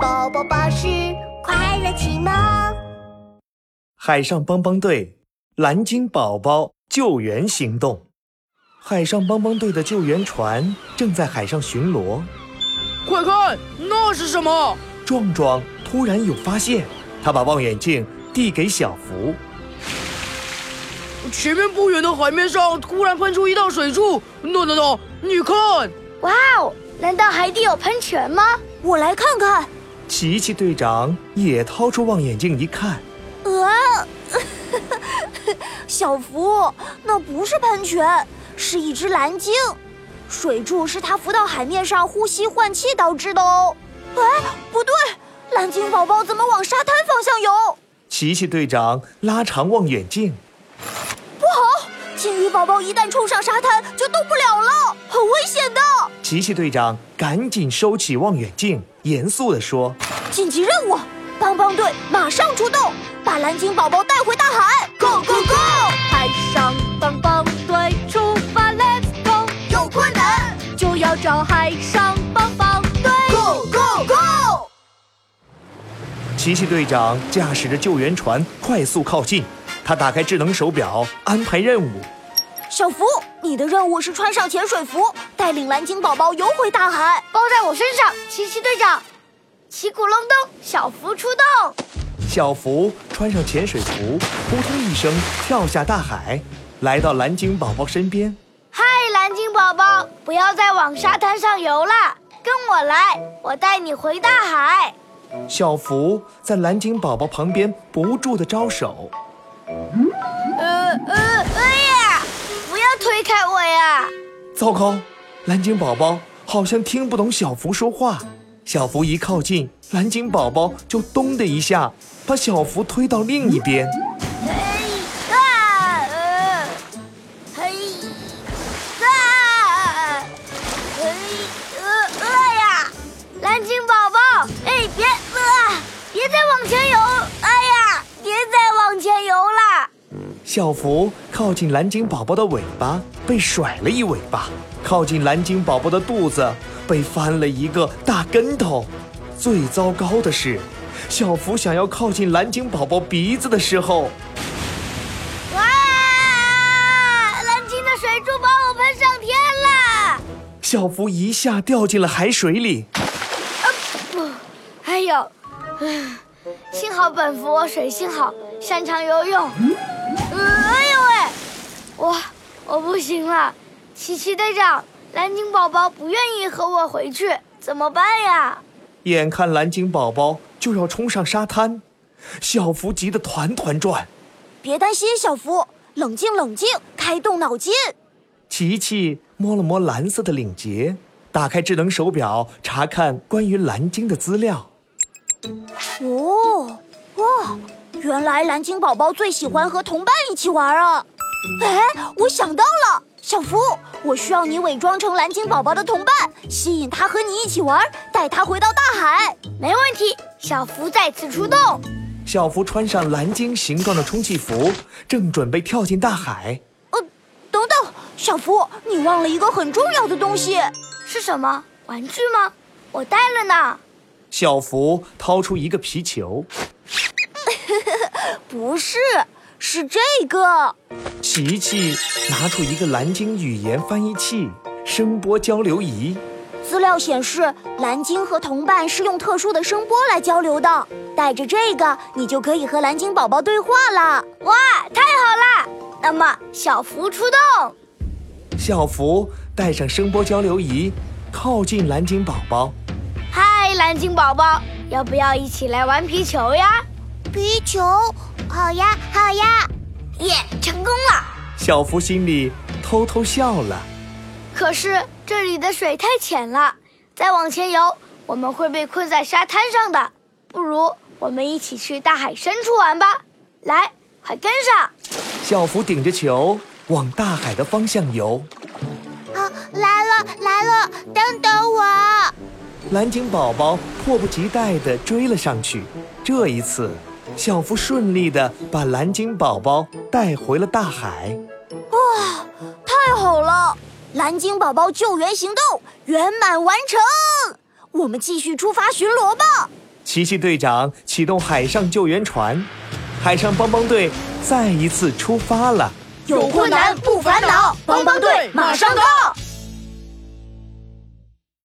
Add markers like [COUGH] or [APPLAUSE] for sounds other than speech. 宝宝巴士快乐启蒙。海上帮帮队蓝鲸宝宝救援行动。海上帮帮队的救援船正在海上巡逻，快看，那是什么？壮壮突然有发现，他把望远镜递给小福。前面不远的海面上突然喷出一道水柱，诺诺诺，你看，哇哦，难道海底有喷泉吗？我来看看。琪琪队长也掏出望远镜一看，呃， [LAUGHS] 小福，那不是喷泉，是一只蓝鲸，水柱是它浮到海面上呼吸换气导致的哦。哎，不对，蓝鲸宝宝怎么往沙滩方向游？琪琪队长拉长望远镜，鲸鱼宝宝一旦冲上沙滩就动不了了，很危险的。琪琪队长赶紧收起望远镜，严肃地说紧急任务，帮帮队马上出动，把蓝鲸宝宝带回大海。Go go go！海上帮帮队出发，Let's go！有困难就要找海上帮帮队。 ，Go go go！：“ 琪琪队长驾驶着救援船快速靠近，他打开智能手表安排任务。小福，你的任务是穿上潜水服，带领蓝鲸宝宝游回大海。包在我身上，奇奇队长，旗鼓隆咚，小福出动。小福穿上潜水服，扑通一声跳下大海，来到蓝鲸宝宝身边。嗨，蓝鲸宝宝，不要再往沙滩上游啦，跟我来，我带你回大海。小福在蓝鲸宝宝旁边不住地招手。呃呃，哎呀，不要推开我呀！糟糕，蓝鲸宝宝好像听不懂小福说话。小福一靠近，蓝鲸宝宝就咚的一下把小福推到另一边。哎啊，呃，嘿，啊，嘿，呃呃呀，蓝鲸宝宝，哎，别呃，别再往前游，哎呀，别再往前游啦！小福靠近蓝鲸宝宝的尾巴，被甩了一尾巴；靠近蓝鲸宝宝的肚子，被翻了一个大跟头。最糟糕的是，小福想要靠近蓝鲸宝宝鼻子的时候，哇，蓝鲸的水柱把我喷上天啦！小福一下掉进了海水里。哎呦，唉幸好本福我水性好，擅长游泳。呃哎呦喂，我我不行了，琪琪队长，蓝鲸宝宝不愿意和我回去，怎么办呀？眼看蓝鲸宝宝就要冲上沙滩，小福急得团团转。别担心，小福，冷静冷静，开动脑筋。琪琪摸了摸蓝色的领结，打开智能手表查看关于蓝鲸的资料。哦，哇，原来蓝鲸宝宝最喜欢和同伴一起玩啊！哎，我想到了，小福，我需要你伪装成蓝鲸宝宝的同伴，吸引他和你一起玩，带他回到大海。没问题，小福再次出动。小福穿上蓝鲸形状的充气服，正准备跳进大海。呃，等等，小福，你忘了一个很重要的东西。是什么？玩具吗？我带了呢。小福掏出一个皮球，不是，是这个。琪琪拿出一个蓝鲸语言翻译器、声波交流仪。资料显示，蓝鲸和同伴是用特殊的声波来交流的。带着这个，你就可以和蓝鲸宝宝对话啦。哇，太好啦！那么小福出动。小福带上声波交流仪，靠近蓝鲸宝宝。嗨，蓝鲸宝宝，要不要一起来玩皮球呀？皮球，好呀，好呀。耶、成功了！小福心里偷偷笑了。可是这里的水太浅了，再往前游，我们会被困在沙滩上的。不如我们一起去大海深处玩吧！来，快跟上！小福顶着球往大海的方向游。啊，来了来了，等等我。蓝鲸宝宝迫不及待地追了上去。这一次，小福顺利地把蓝鲸宝宝带回了大海。太好了，蓝鲸宝宝救援行动圆满完成，我们继续出发巡逻吧。奇奇队长启动海上救援船，海上帮帮队再一次出发了。有困难不烦恼，帮帮队马上到。